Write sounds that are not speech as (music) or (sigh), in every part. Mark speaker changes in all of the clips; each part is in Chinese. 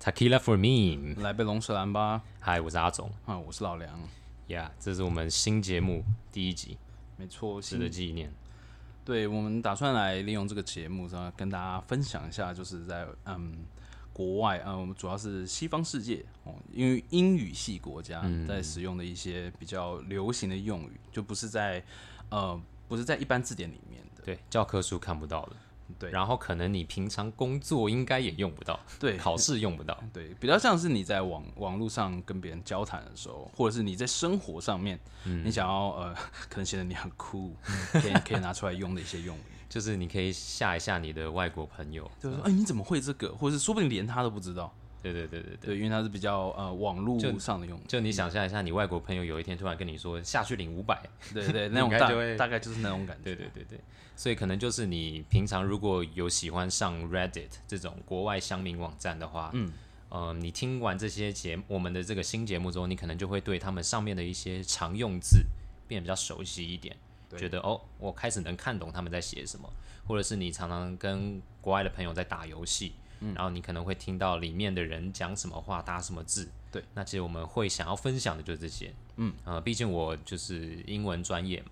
Speaker 1: Takila for me，
Speaker 2: 来杯龙舌兰吧！
Speaker 1: 嗨，我是阿总
Speaker 2: 啊，我是老梁，
Speaker 1: 呀这是我们新节目第一集，
Speaker 2: 没错，
Speaker 1: 值得纪念。
Speaker 2: 对我们打算来利用这个节目，然后跟大家分享一下，就是在嗯国外，嗯，我们主要是西方世界哦，因为英语系国家在使用的一些比较流行的用语，就不是在呃不是在一般字典里面的。
Speaker 1: 对，教科书看不到的，
Speaker 2: 嗯对
Speaker 1: 然后可能你平常工作应该也用不到，
Speaker 2: 对
Speaker 1: 考试用不到，
Speaker 2: 对，比较像是你在网网络上跟别人交谈的时候，或者是你在生活上面，你想要呃， (laughs) 可能显得你很酷，可以可以拿出来用的一些用语，
Speaker 1: 就是你可以吓一吓你的外国朋友。
Speaker 2: 就是说，哎、你怎么会这个？或者是说不定连他都不知道，
Speaker 1: 对对对对对，
Speaker 2: 对，因为它是比较呃网络上
Speaker 1: (laughs)
Speaker 2: 的用语，
Speaker 1: 就你想象一下，你外国朋友有一天突然跟你说下去领五百，
Speaker 2: 对对，那
Speaker 1: 应
Speaker 2: 种
Speaker 1: 该就
Speaker 2: 大
Speaker 1: 会
Speaker 2: 大概就是那种感觉，
Speaker 1: 对对对对，所以可能就是你平常如果有喜欢上 Reddit 这种国外乡民网站的话，嗯，呃，你听完这些节我们的这个新节目之后，你可能就会对他们上面的一些常用字变得比较熟悉一点，
Speaker 2: 对
Speaker 1: 觉得哦，我开始能看懂他们在写什么，或者是你常常跟国外的朋友在打游戏。
Speaker 2: 嗯
Speaker 1: 然后你可能会听到里面的人讲什么话，打什么字。
Speaker 2: 对，
Speaker 1: 那其实我们会想要分享的就是这些。嗯，呃，毕竟我就是英文专业嘛，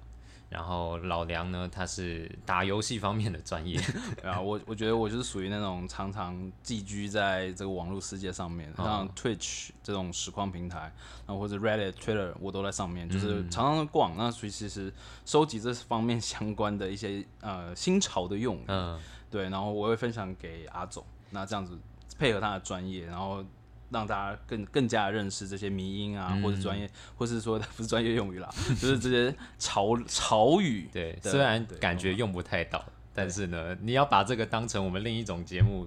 Speaker 1: 然后老梁呢，他是打游戏方面的专
Speaker 2: (laughs)
Speaker 1: 业，
Speaker 2: 对啊，我我觉得我就是属于那种常常寄居在这个网络世界上面，
Speaker 1: 啊
Speaker 2: 像 Twitch 这种实况平台，然后或者 Reddit、Twitter，我都在上面，就是
Speaker 1: 嗯
Speaker 2: 常常地逛。那所以其实收集这方面相关的一些呃新潮的用语，
Speaker 1: 嗯，
Speaker 2: 对，然后我会分享给阿总，那这样子配合他的专业，然后。让大家更更加认识这些迷音啊，或者专
Speaker 1: 嗯
Speaker 2: 业，或是说 (laughs) 不是专业用语啦，就是这些潮潮语。
Speaker 1: 对，
Speaker 2: 对
Speaker 1: 虽然
Speaker 2: 对
Speaker 1: 感觉用不太到，但是呢，你要把这个当成我们另一种节目，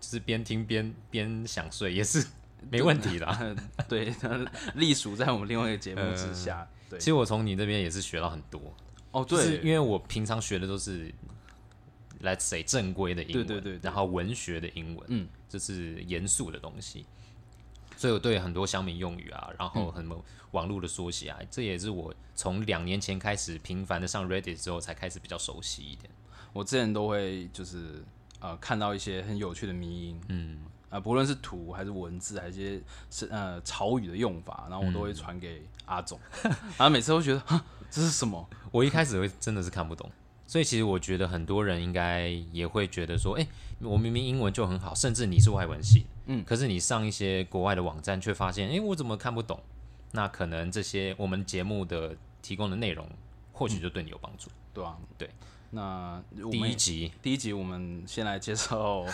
Speaker 1: 就是边听边边想睡也是 (laughs) 没问题的。
Speaker 2: 对， (laughs) 它隶属在我们另外一个节目之下。对
Speaker 1: 其，实我从你那边也是学到很多，
Speaker 2: 哦，
Speaker 1: 嗯就是因
Speaker 2: 对，
Speaker 1: 为我平常学的都是，let's say 正规的英文，
Speaker 2: 对对对对
Speaker 1: 然后文学的英文，
Speaker 2: 嗯，
Speaker 1: 就是严肃的东西，所以我对很多乡民用语啊，然后
Speaker 2: 嗯
Speaker 1: 很多网络的缩写啊，这也是我从两年前开始频繁的上 Reddit 之后才开始比较熟悉一点。
Speaker 2: 我之前都会就是呃看到一些很有趣的迷音，嗯，啊、不论是图还是文字，还是一些是呃潮语的用法，然后我都
Speaker 1: 嗯
Speaker 2: 会传给阿总， (laughs) 然后每次都觉得哈这是什么？
Speaker 1: 我一开始会真的是看不懂，所以其实我觉得很多人应该也会觉得说，哎、我明明英文就很好，甚至你是外文系，嗯，可是你上一些国外的网站却发现，哎、我怎么看不懂？那可能这些我们节目的提供的内容，或许就对你有帮助。
Speaker 2: 对啊，
Speaker 1: 对。
Speaker 2: 那嗯我
Speaker 1: 第
Speaker 2: 们
Speaker 1: 一集，
Speaker 2: 第一集我们先来介
Speaker 1: (laughs)
Speaker 2: 绍，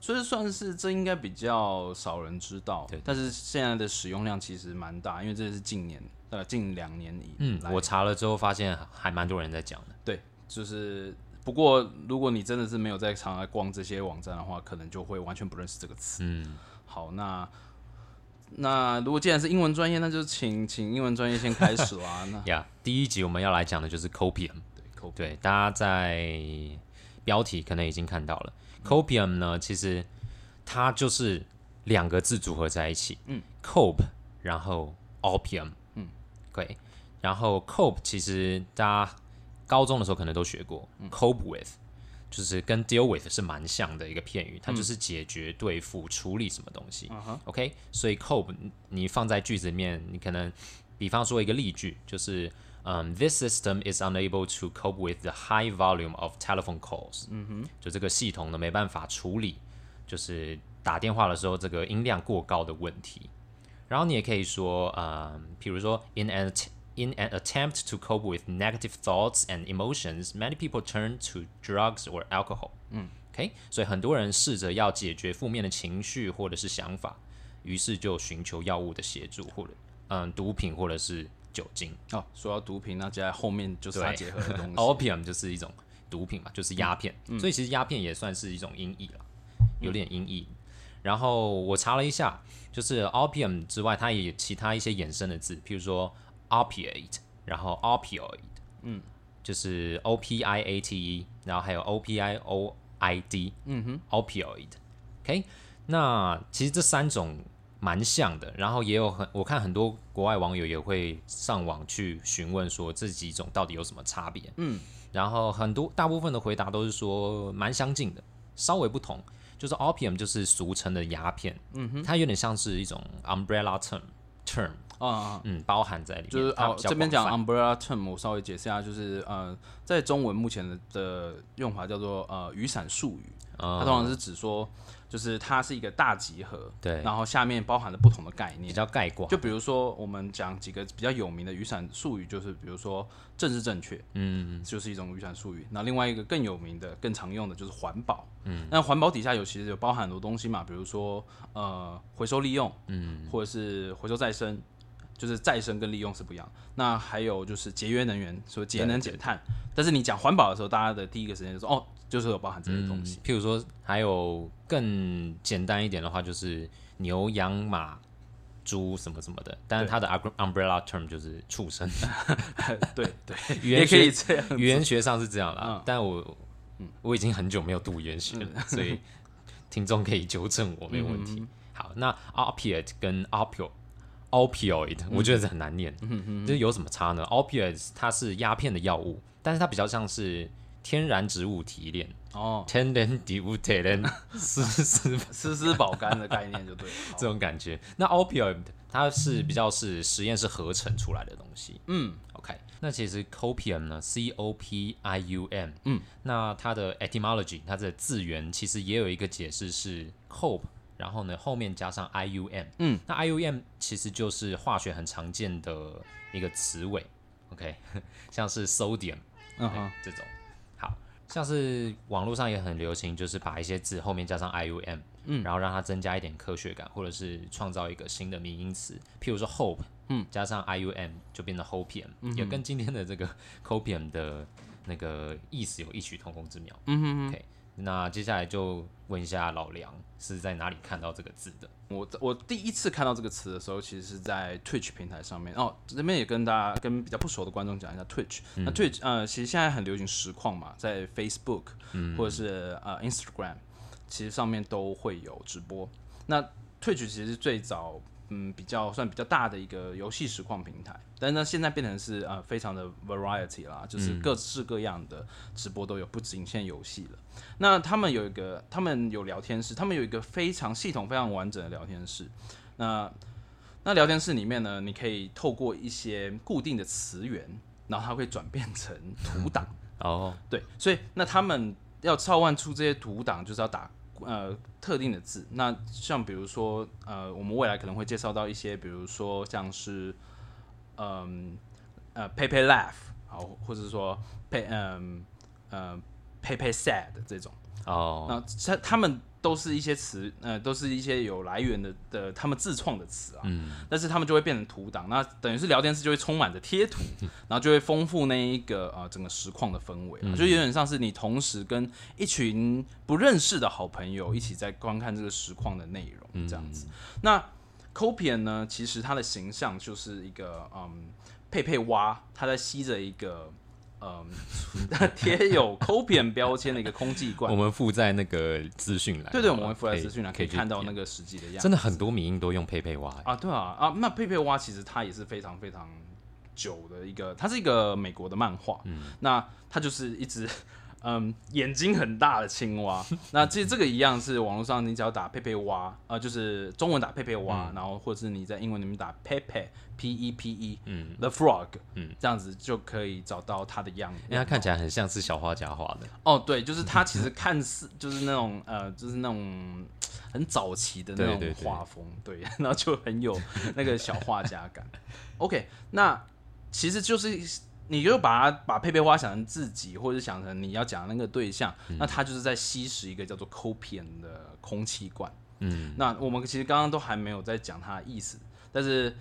Speaker 2: 就是算是这应该比较少人知道，
Speaker 1: 对对
Speaker 2: 但是现在的使用量其实蛮大，因为这是近年呃近两年以
Speaker 1: 嗯，
Speaker 2: 来
Speaker 1: 我查了之后发现还蛮多人在讲的，
Speaker 2: 对，就是不过如果你真的是没有在常来逛这些网站的话，可能就会完全不认识这个词。
Speaker 1: 嗯，
Speaker 2: 好，那那如果既然是英文专业，那就请请英文专业先开始啦。那
Speaker 1: (laughs) 呀、第一集我们要来讲的就是 copium。
Speaker 2: 对口
Speaker 1: 啊对，大家在标题可能已经看到了。Copium 呢，其实它就是两个字组合在一起，嗯，cope，然后 opium，嗯，对，然后 cope 其实大家高中的时候可能都学过、c o p e with 就是跟 deal with 是蛮像的一个片语，它就是解决、对付、处理什么东西。OK，所以 cope 你放在句子里面，你可能比方说一个例句，就是嗯、t h i s system is unable to cope with the high volume of telephone calls。嗯哼，就这个系统呢没办法处理，就是打电话的时候这个音量过高的问题。然后你也可以说，嗯，比如说，in an att- in an attempt to cope with negative thoughts and emotions, many people turn to drugs or alcohol。嗯，OK，所以很多人试着要解决负面的情绪或者是想法，于是就寻求药物的协助或者嗯毒品或者是酒精。
Speaker 2: 哦，说到毒品，那接下来后面就是它
Speaker 1: 对
Speaker 2: 结合的
Speaker 1: (laughs)
Speaker 2: 东西。
Speaker 1: Opium 就是一种毒品嘛，就是鸦片，所以其实鸦片也算是一种音译了，有点音译。然后我查了一下，就是 opium 之外，它也有其他一些衍生的字，譬如说 opiate，然后 opioid，嗯，就是 o p i a t e，然后还有 o p i o i d，嗯哼，opioid。OK，那其实这三种蛮像的，然后也有很我看很多国外网友也会上网去询问说这几种到底有什么差
Speaker 2: 嗯
Speaker 1: 别。然后很多大部分的回答都是说蛮相近的，稍微不同。就是 opium 就是俗称的鸦片，嗯哼，它有点像是一种 umbrella term term，
Speaker 2: 啊，
Speaker 1: 嗯，包含在里面，
Speaker 2: 就是
Speaker 1: 它
Speaker 2: 哦
Speaker 1: 比，较
Speaker 2: 这边
Speaker 1: 广泛
Speaker 2: 讲 umbrella term，我稍微解释一下，就是呃，在中文目前的的用法叫做呃雨伞术语，
Speaker 1: 哦
Speaker 2: 它通常是指说，就是它是一个大集合，
Speaker 1: 对
Speaker 2: 然后下面包含了不同的概
Speaker 1: 比
Speaker 2: 念。
Speaker 1: 较概括，
Speaker 2: 就比如说，我们讲几个比较有名的雨伞术语，就是比如说政治正确，
Speaker 1: 嗯，
Speaker 2: 就是一种雨伞术语。那另外一个更有名的、更常用的就是环保。嗯，那环保底下有其实有包含很多东西嘛，比如说呃回收利用，嗯，或者是回收再生，就是再生跟利用是不一样。那还有就是节约能源，说节能减碳。但是你讲环保的时候，大家的第一个时间就说哦，就是有包含这些东西。
Speaker 1: 嗯譬如说还有更简单一点的话，就是牛羊马。猪什么什么的，但是它的 umbre- umbrella term 就是畜
Speaker 2: (laughs)
Speaker 1: 生， (laughs)
Speaker 2: 对对，
Speaker 1: 语
Speaker 2: (laughs) 也
Speaker 1: 言
Speaker 2: 可
Speaker 1: 学
Speaker 2: 以这样。
Speaker 1: 语言学上是这样啦，
Speaker 2: 嗯
Speaker 1: 但我我已经很久没有读语言学了， (laughs) 所以听众可以纠正我，没有问
Speaker 2: 嗯
Speaker 1: 题。好，那 opiate 跟 opio opioid，我
Speaker 2: 嗯
Speaker 1: 觉得这很难念，就是有什么差呢？opioid 它是鸦片的药物，但是它比较像是天然植物提炼
Speaker 2: 哦，
Speaker 1: ，tenen d i u t e l e n 是是
Speaker 2: 丝丝保肝的概念就对了。哦好
Speaker 1: 这种感觉。那 opioid 它是比较是实验室合成出来的东西。
Speaker 2: 嗯
Speaker 1: ，OK。那其实 copium 呢，C O P I U M，嗯，那它的 etymology 它的字源其实也有一个解释是 cope，然后呢后面加上 I U M，
Speaker 2: 嗯，
Speaker 1: 那 I U M 其实就是化学很常见的一个词尾，OK，像 (laughs) 是 sodium。
Speaker 2: (laughs) 嗯哼，
Speaker 1: 这种。好像是网络上也很流行，就是把一些字后面加上 i u m，嗯，然后让它增加一点科学感，或者是创造一个新的名音词，譬如说 hope，嗯，加上 i u m 就变成 hopium，、也
Speaker 2: 嗯
Speaker 1: 跟今天的这个 (laughs) copium 的那个意思有异曲同工之妙。
Speaker 2: 嗯哼哼。
Speaker 1: OK，那接下来就问一下老梁是在哪里看到这个字的？
Speaker 2: 我我第一次看到这个词的时候，其实是在 Twitch 平台上面。哦，这边也跟大家、跟比较不熟的观众讲一下 Twitch。那 Twitch 呃，其实现在很流行实况嘛，在 Facebook、或者是呃 Instagram，其实上面都会有直播。那 Twitch 其实最早嗯比较算比较大的一个游戏实况平台，但是呢现在变成是呃非常的 variety 啦，就是各式各样的直播都有，不仅限游戏了。那他们有一个，他们有聊天室，他们有一个非常系统、非常完整的聊天室。那那聊天室里面呢，你可以透过一些固定的词源，然后它会转变成图
Speaker 1: (laughs)
Speaker 2: 档。
Speaker 1: 哦，
Speaker 2: 对，所以那他们要召唤出这些图档，就是要打呃特定的字。那像比如说呃，我们未来可能会介绍到一些，比如说像是嗯呃 p a y p a y laugh 好，或者是说 pay 嗯呃 p a y p a y sad 这种。
Speaker 1: 哦，
Speaker 2: 那他他们都是一些词，呃，都是一些有来源的的他们自创的词啊。嗯。但是他们就会变成图档，那等于是聊天室就会充满着贴图，然后就会丰富那一个呃整个实况的氛围啊，就有点像是你同时跟一群不认识的好朋友一起在观看这个实况的内容这样子。那 Copian 呢，其实它的形象就是一个嗯佩佩蛙，它在吸着一个。嗯， (laughs) 贴有 Copian 标签的一个空气罐
Speaker 1: 我，们附在那个资讯栏，
Speaker 2: 对对，我
Speaker 1: 好
Speaker 2: 们
Speaker 1: 吧
Speaker 2: 会附在
Speaker 1: 可以
Speaker 2: 资讯栏可
Speaker 1: 可
Speaker 2: 以
Speaker 1: 去
Speaker 2: 看到
Speaker 1: 点
Speaker 2: 那个实际的样子
Speaker 1: 真的很多民音都用佩佩蛙、欸
Speaker 2: 啊，对啊啊，那佩佩蛙其实它也是非常非常久的一个，它是一个美国的漫画，嗯，那它就是一只嗯眼睛很大的青
Speaker 1: (laughs)
Speaker 2: 蛙，那其实这个一样是网络上你只要打佩佩蛙，呃，就是中文打佩佩
Speaker 1: 嗯
Speaker 2: 蛙，然后或者是你在英文里面打 Pepe P E P E，嗯，The Frog，嗯，这样子就可以找到它的样
Speaker 1: 因为它看起来很像是小花假花的，
Speaker 2: 哦，对，就是它其实看似就是那种呃，就是那种很早期的那
Speaker 1: 对
Speaker 2: 种
Speaker 1: 对对
Speaker 2: 画风，对， (laughs) 然后就很有那个小画家感。OK，那其实就是你就把它把佩佩花想成自己，或者想成你要讲的那个对象，
Speaker 1: 嗯
Speaker 2: 那它就是在吸食一个叫做 copium 的空气罐。
Speaker 1: 嗯，
Speaker 2: 那我们其实刚刚都还没有在讲它的意思，但是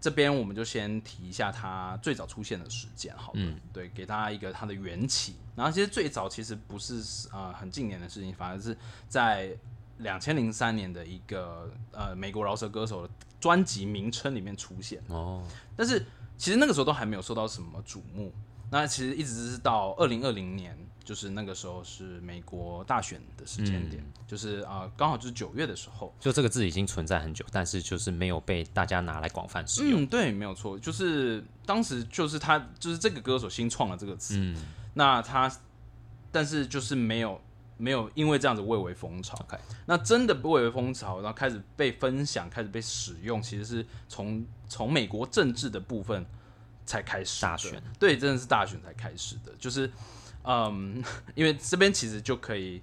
Speaker 2: 这边我们就先提一下它最早出现的时间好了，对，给大家一个它的缘起。然后其实最早其实不是呃很近年的事情，反而是在两千零三年的一个呃美国饶舌歌手的专辑名称里面出现。
Speaker 1: 哦，
Speaker 2: 但是其实那个时候都还没有受到什么瞩目。那其实一直是到二零二零年，就是那个时候是美国大选的时间点，就是啊，呃刚、好就是九月的时候。
Speaker 1: 就这个字已经存在很久，但是就是没有被大家拿来广泛使用。
Speaker 2: 嗯，对，没有错，就是当时就是他
Speaker 1: 嗯
Speaker 2: 就是这个歌手新创了这个词，那他但是就是没有没有因为这样子蔚为风潮。
Speaker 1: OK
Speaker 2: 那真的蔚为风潮，然后开始被分享、开始被使用，其实是从从美国政治的部分才开始的。
Speaker 1: 大选
Speaker 2: 对，真的是大选才开始的，就是嗯， (laughs) 因为这边其实就可以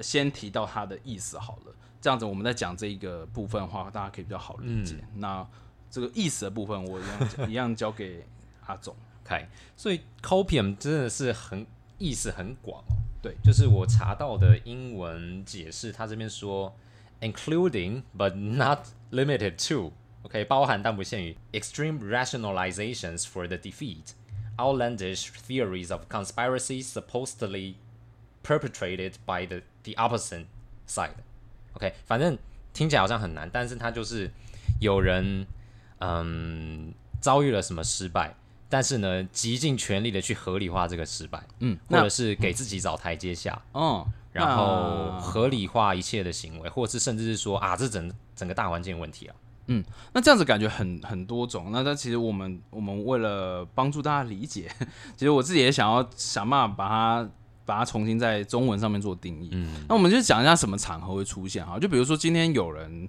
Speaker 2: 先提到它的意思好了。这样子我们在讲这一个部分的话，大家可以比较好理
Speaker 1: 嗯
Speaker 2: 解。那这个意思的部分，我一样 (laughs) 一样交给阿总。
Speaker 1: OK，所以 copium 真的是很意思很广哦。
Speaker 2: 对，
Speaker 1: 就是我查到的英文解释，它这边说 including but not limited to。OK，包含但不限于 extreme rationalizations for the defeat, outlandish theories of conspiracy supposedly perpetrated by the the opposite side。OK，反正听起来好像很难，但是它就是有人嗯遭遇了什么失败，但是呢，极尽全力的去合理化这个失败，
Speaker 2: 嗯
Speaker 1: 或
Speaker 2: 那
Speaker 1: 者是给自己找台阶下，
Speaker 2: 哦，
Speaker 1: 然后
Speaker 2: 那
Speaker 1: 合理化一切的行为，或者是甚至是说啊，这整整个大环境有问题啊， (laughs)
Speaker 2: 那这样子感觉很很多种。那但其实我们我们为了帮助大家理解， (laughs) 其实我自己也想要想办法把它把它重新在中文上面做定义。嗯，那我们就讲一下什么场合会出现哈，就比如说今天有人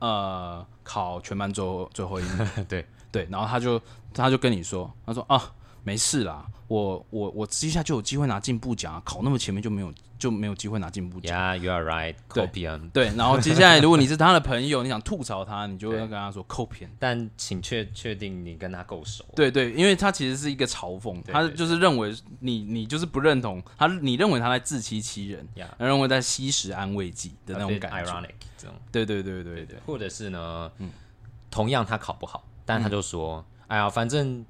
Speaker 2: 呃考全班最后最后一
Speaker 1: (laughs)
Speaker 2: 名，
Speaker 1: 对
Speaker 2: 对，然后他就他就跟你说，他说啊没事啦，我我我接下来就有机会拿进步奖啊，考那么前面就没有就没有机会拿进步奖。
Speaker 1: ，Yeah, you are right,
Speaker 2: 对
Speaker 1: copium。
Speaker 2: 对，然后接下来如果你是他的朋友，你想吐槽他，你就
Speaker 1: 对
Speaker 2: 要跟他说扣片。
Speaker 1: 但请确确定你跟他够熟，
Speaker 2: 对对，因为他其实是一个嘲讽，
Speaker 1: 对
Speaker 2: 他
Speaker 1: 对
Speaker 2: 就是认为你你就是不认同他，你认为他在自欺欺人
Speaker 1: Yeah，
Speaker 2: 他认为在吸食安慰剂的
Speaker 1: A
Speaker 2: 那种
Speaker 1: bit
Speaker 2: 感觉。
Speaker 1: ，ironic 这种，
Speaker 2: 对对对对对，
Speaker 1: 或者是呢，同样他考不好，但他就说，哎呀，反正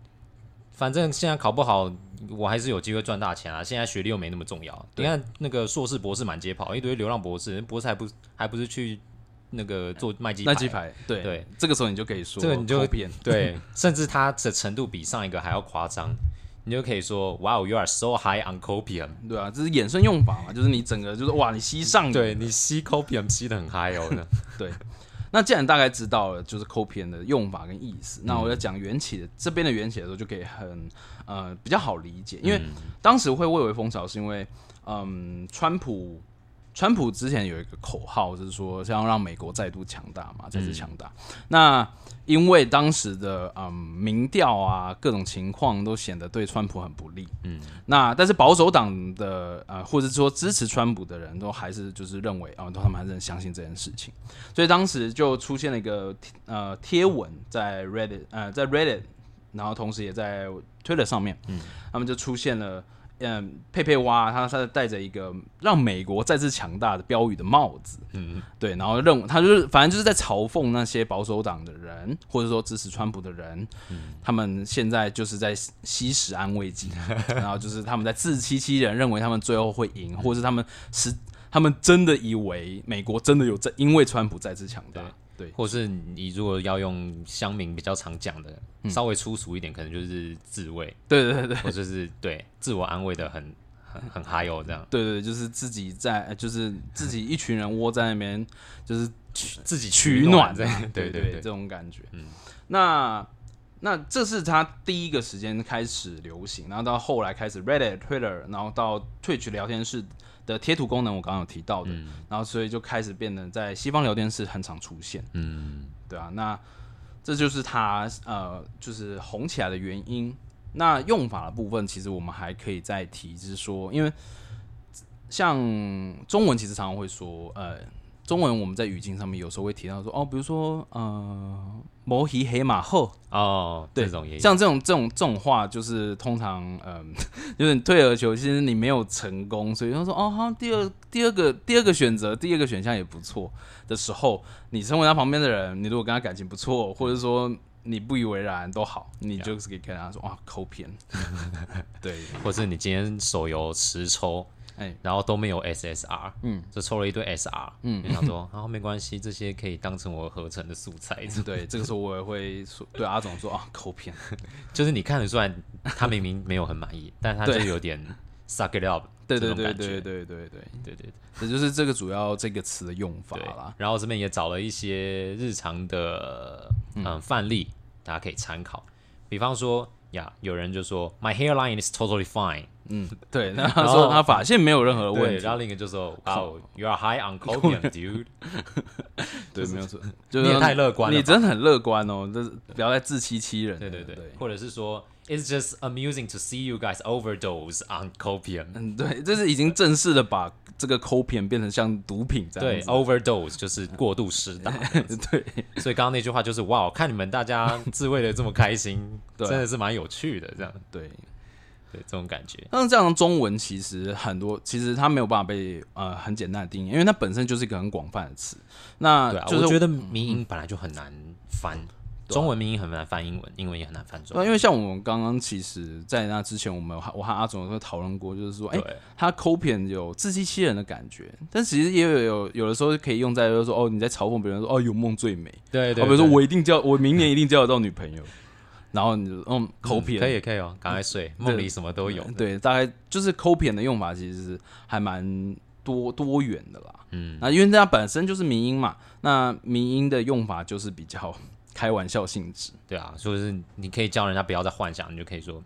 Speaker 1: 反正现在考不好，我还是有机会赚大钱啊，现在学历又没那么重要。啊你
Speaker 2: 对
Speaker 1: 看那个硕士博士满街跑，一堆流浪博士，博士还不还不是去那个做卖鸡
Speaker 2: 那鸡排，对
Speaker 1: 对，
Speaker 2: 这个时候你就可以说
Speaker 1: 这个你就
Speaker 2: 变，
Speaker 1: (laughs) 对，甚至他的程度比上一个还要夸张，你就可以说，Wow, you are so high on copium。
Speaker 2: (laughs) 对啊，这是衍生用法嘛，就是你整个就是哇，你吸上瘾
Speaker 1: 对你吸 copium 吸的很嗨哦，那
Speaker 2: 对。那既然大概知道了就是 copian 的用法跟意思，那我在讲缘起的这边的缘起的时候，就可以很呃比较好理解，因为当时会蔚为风潮，是因为嗯，川普川普之前有一个口号，就是说是要让美国再度强大嘛，再次强大。那因为当时的嗯民调啊，各种情况都显得对川普很不利，嗯，那但是保守党的呃，或者说支持川普的人都还是就是认为啊、哦他们还是很相信这件事情，所以当时就出现了一个呃贴文在 Reddit 呃在 Reddit，然后同时也在 Twitter 上面，嗯，他们就出现了。嗯，佩佩蛙他他戴着一个让美国再次强大的标语的帽子，嗯，对，然后认为他就是反正就是在嘲讽那些保守党的人，或者说支持川普的人，他们现在就是在吸吸食安慰剂，然后就是他们在自欺欺人，认为他们最后会赢，或者是他们实他们真的以为美国真的有在因为川普再次强大，对
Speaker 1: 或是你如果要用乡民比较常讲的，
Speaker 2: 嗯
Speaker 1: 稍微粗俗一点，可能就是自
Speaker 2: (laughs)
Speaker 1: 慰，
Speaker 2: 对对对对
Speaker 1: 或者是对自我安慰的很很很嗨哦，这样
Speaker 2: 对对，就是自己在呃就是自己一群人窝在那边，就是
Speaker 1: 自己
Speaker 2: 取
Speaker 1: 暖
Speaker 2: 暖
Speaker 1: 这
Speaker 2: 啊
Speaker 1: (laughs)
Speaker 2: (laughs)
Speaker 1: 样，
Speaker 2: 对嗯
Speaker 1: 对
Speaker 2: 这
Speaker 1: 对，
Speaker 2: 种感觉。那那这是他第一个时间开始流行，然后到后来开始 Reddit、Twitter，然后到 Twitch 聊天室的贴图功能，我刚刚有提到的，然后所以就开始变得在西方聊天室很常出现。嗯，对啊，那这就是他呃，就是红起来的原因。那用法的部分，其实我们还可以再提，就是说，因为像中文其实常常会说，呃，中文我们在语境上面有时候会提到说，哦，比如说，呃，摩西黑马后，
Speaker 1: 哦，
Speaker 2: 对
Speaker 1: 这种也有
Speaker 2: 像这种这种这种话，就是通常，嗯、 (laughs) 有点退而求其次，你没有成功，所以他说，哦，好，第二第二个第二个选择，第二个选项也不错的时候，你身为他旁边的人，你如果跟他感情不错，或者说你不以为然都好，你就是可以跟他说，哇，抠偏， (laughs) 对，
Speaker 1: 或是你今天手游十抽，
Speaker 2: 哎
Speaker 1: 然后都没有 SSR，嗯，就抽了一堆 SR，嗯，就想
Speaker 2: (laughs)
Speaker 1: 说，然后没关系，这些可以当成我合成的素材， (laughs)
Speaker 2: 对，这个时候我也会说，对阿总说，啊，抠偏，
Speaker 1: 就是你看得出来，他明明没有很满意，但他就
Speaker 2: 对
Speaker 1: 有点 suck it up，
Speaker 2: 对
Speaker 1: 这
Speaker 2: 对
Speaker 1: 种
Speaker 2: 对
Speaker 1: 感觉
Speaker 2: 对对对对。
Speaker 1: 对对
Speaker 2: 这就是这个主要这个词的用法
Speaker 1: 对
Speaker 2: 啦。。
Speaker 1: 然后这边也找了一些日常的嗯范例，大家可以参考。比方说呀，有人就说 My hairline is totally fine，
Speaker 2: 嗯， (laughs) 对，那他说他发现没有任何的问
Speaker 1: 对，
Speaker 2: 题
Speaker 1: 然，后另一个就说，Wow, you are high
Speaker 2: (laughs)
Speaker 1: on copium, dude。
Speaker 2: 对，没有错，就
Speaker 1: 你
Speaker 2: 是
Speaker 1: 也
Speaker 2: 说
Speaker 1: 太乐观了
Speaker 2: 你
Speaker 1: 吧
Speaker 2: 真的很乐观哦，这是不要再自欺欺人了。
Speaker 1: 对对对
Speaker 2: 对，，
Speaker 1: 或者是说，It's just amusing to see you guys overdose on copium。
Speaker 2: 嗯，对，这是已经正式的把这个抠片变成像毒品这样
Speaker 1: 对
Speaker 2: 子。
Speaker 1: ，overdose 就是过度施
Speaker 2: (laughs)
Speaker 1: 打。哦
Speaker 2: 对，
Speaker 1: 所以刚刚那句话就是，哇，看你们大家自慰的这么开心，
Speaker 2: (laughs) 对啊
Speaker 1: 真的是蛮有趣的，这样
Speaker 2: 对，
Speaker 1: 对这种感觉。
Speaker 2: 但是这样的中文其实很多，其实它没有办法被呃很简单的定义，因为它本身就是一个很广泛的词。那
Speaker 1: 对啊，
Speaker 2: 就是
Speaker 1: 我觉得民音本来就很难翻，中文民音很难翻英文，英文也很难翻中
Speaker 2: 对，啊
Speaker 1: 文。
Speaker 2: 因为像我们刚刚其实，在那之前，我们有我和阿总有讨论过，就是说，哎、
Speaker 1: 对
Speaker 2: 他抠片有自欺欺人的感觉，但其实也有有有的时候可以用在就是说，哦，你在嘲讽别人说，哦，有梦最美，
Speaker 1: 对
Speaker 2: 哦，比如说我一定交，我明年一定交得到女朋友，然后你就嗯抠片、
Speaker 1: 可以可以哦，赶快睡，梦里什么都有。
Speaker 2: 对，大概就是抠片的用法其实是还蛮多多元的啦。嗯，那因为它本身就是民音嘛，那民音的用法就是比较 (laughs) 开玩笑性质，
Speaker 1: 对啊，就是你可以叫人家不要再幻想，你就可以说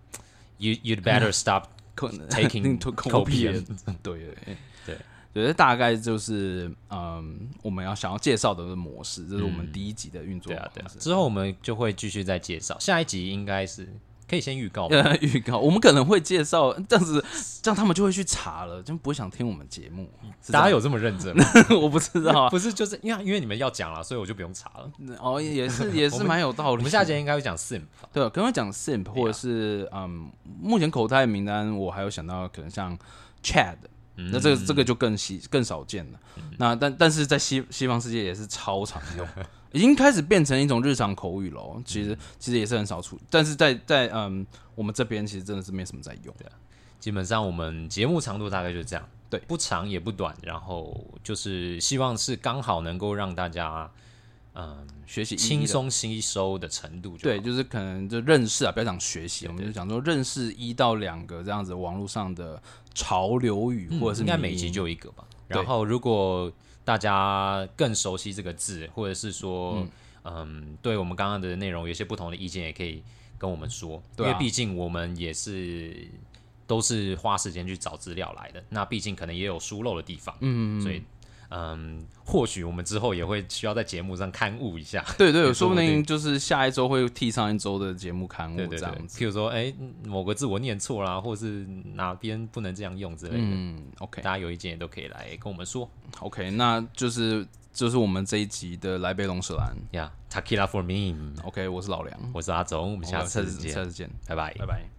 Speaker 1: ，You you'd better (laughs) stop
Speaker 2: 可能 (laughs)
Speaker 1: taking
Speaker 2: 抠
Speaker 1: copium。
Speaker 2: 啊 (laughs) 对对对
Speaker 1: 对
Speaker 2: 对，这大概就是嗯，我们要想要介绍的模式，这是我们第一集的运作
Speaker 1: 嗯对啊对
Speaker 2: 方
Speaker 1: 啊，
Speaker 2: 式。
Speaker 1: 之后我们就会继续再介绍，下一集应该是可以先预 (laughs) 告吗？
Speaker 2: 呃， (laughs) 预告我们可能会介绍，这样子，这样他们就会去查了，就不会想听我们节目。是这
Speaker 1: 大
Speaker 2: 样
Speaker 1: 家有这么认 (laughs) 真吗？
Speaker 2: 吗 (laughs) 我不知道啊，
Speaker 1: 不是，就是因为因为你们要讲了，所以我就不用查了。
Speaker 2: 哦，也是也是蛮有
Speaker 1: (laughs)
Speaker 2: 道
Speaker 1: 我
Speaker 2: 理的。
Speaker 1: 们下节应该会讲 sim 吧？
Speaker 2: 对，啊刚刚讲 simp
Speaker 1: 啊
Speaker 2: 或者是嗯，目前口袋的名单我还有想到可能像 Chad，、那
Speaker 1: 嗯
Speaker 2: 这个这个就更稀更少见了。那但但是在西西方世界也是超常用， (laughs) 已经开始变成一种日常口语了哦。其
Speaker 1: 嗯
Speaker 2: 实、其实也是很少出，但是在在嗯我们这边其实真的是没什么在用。
Speaker 1: 啊基本上我们节目长度大概就是这样，
Speaker 2: 对
Speaker 1: 不长也不短，然后就是希望是刚好能够让大家嗯
Speaker 2: 学习一一
Speaker 1: 轻
Speaker 2: 的
Speaker 1: 松吸收的程度就好
Speaker 2: 对，就是可能就认识啊，不要讲学习，我们就讲说认识一到两个这样子网络上的潮流语
Speaker 1: 嗯
Speaker 2: 或者是
Speaker 1: 应该
Speaker 2: 迷
Speaker 1: 每
Speaker 2: 因
Speaker 1: 集就有一个吧。
Speaker 2: 对
Speaker 1: 然后如果大家更熟悉这个字，或者是说，嗯，对我们刚刚的内容有些不同的意见，也可以跟我们说，
Speaker 2: 对啊
Speaker 1: 因为毕竟我们也是都是花时间去找资料来的，那毕竟可能也有疏漏的地方，嗯，所以。嗯，或许我们之后也会需要在节目上刊物一下，
Speaker 2: 对对，
Speaker 1: 也
Speaker 2: 说
Speaker 1: 说
Speaker 2: 不
Speaker 1: 不
Speaker 2: 定
Speaker 1: 定
Speaker 2: 就是下一周会替上一周的节目刊
Speaker 1: (laughs)
Speaker 2: 物
Speaker 1: 对对
Speaker 2: 这
Speaker 1: 对
Speaker 2: 样。子。
Speaker 1: 譬如说，哎、某个字我念错啦，或是哪边不能这样用之类的，
Speaker 2: 嗯，OK
Speaker 1: 大家有意见也都可以来跟我们说
Speaker 2: OK，那就是就是我们这一集的来杯龙舌兰。
Speaker 1: 呀。Takila for me。
Speaker 2: OK，我是老梁，
Speaker 1: 我是阿总，我们下次
Speaker 2: 下
Speaker 1: 见，
Speaker 2: 次见，
Speaker 1: 拜拜。
Speaker 2: 拜拜。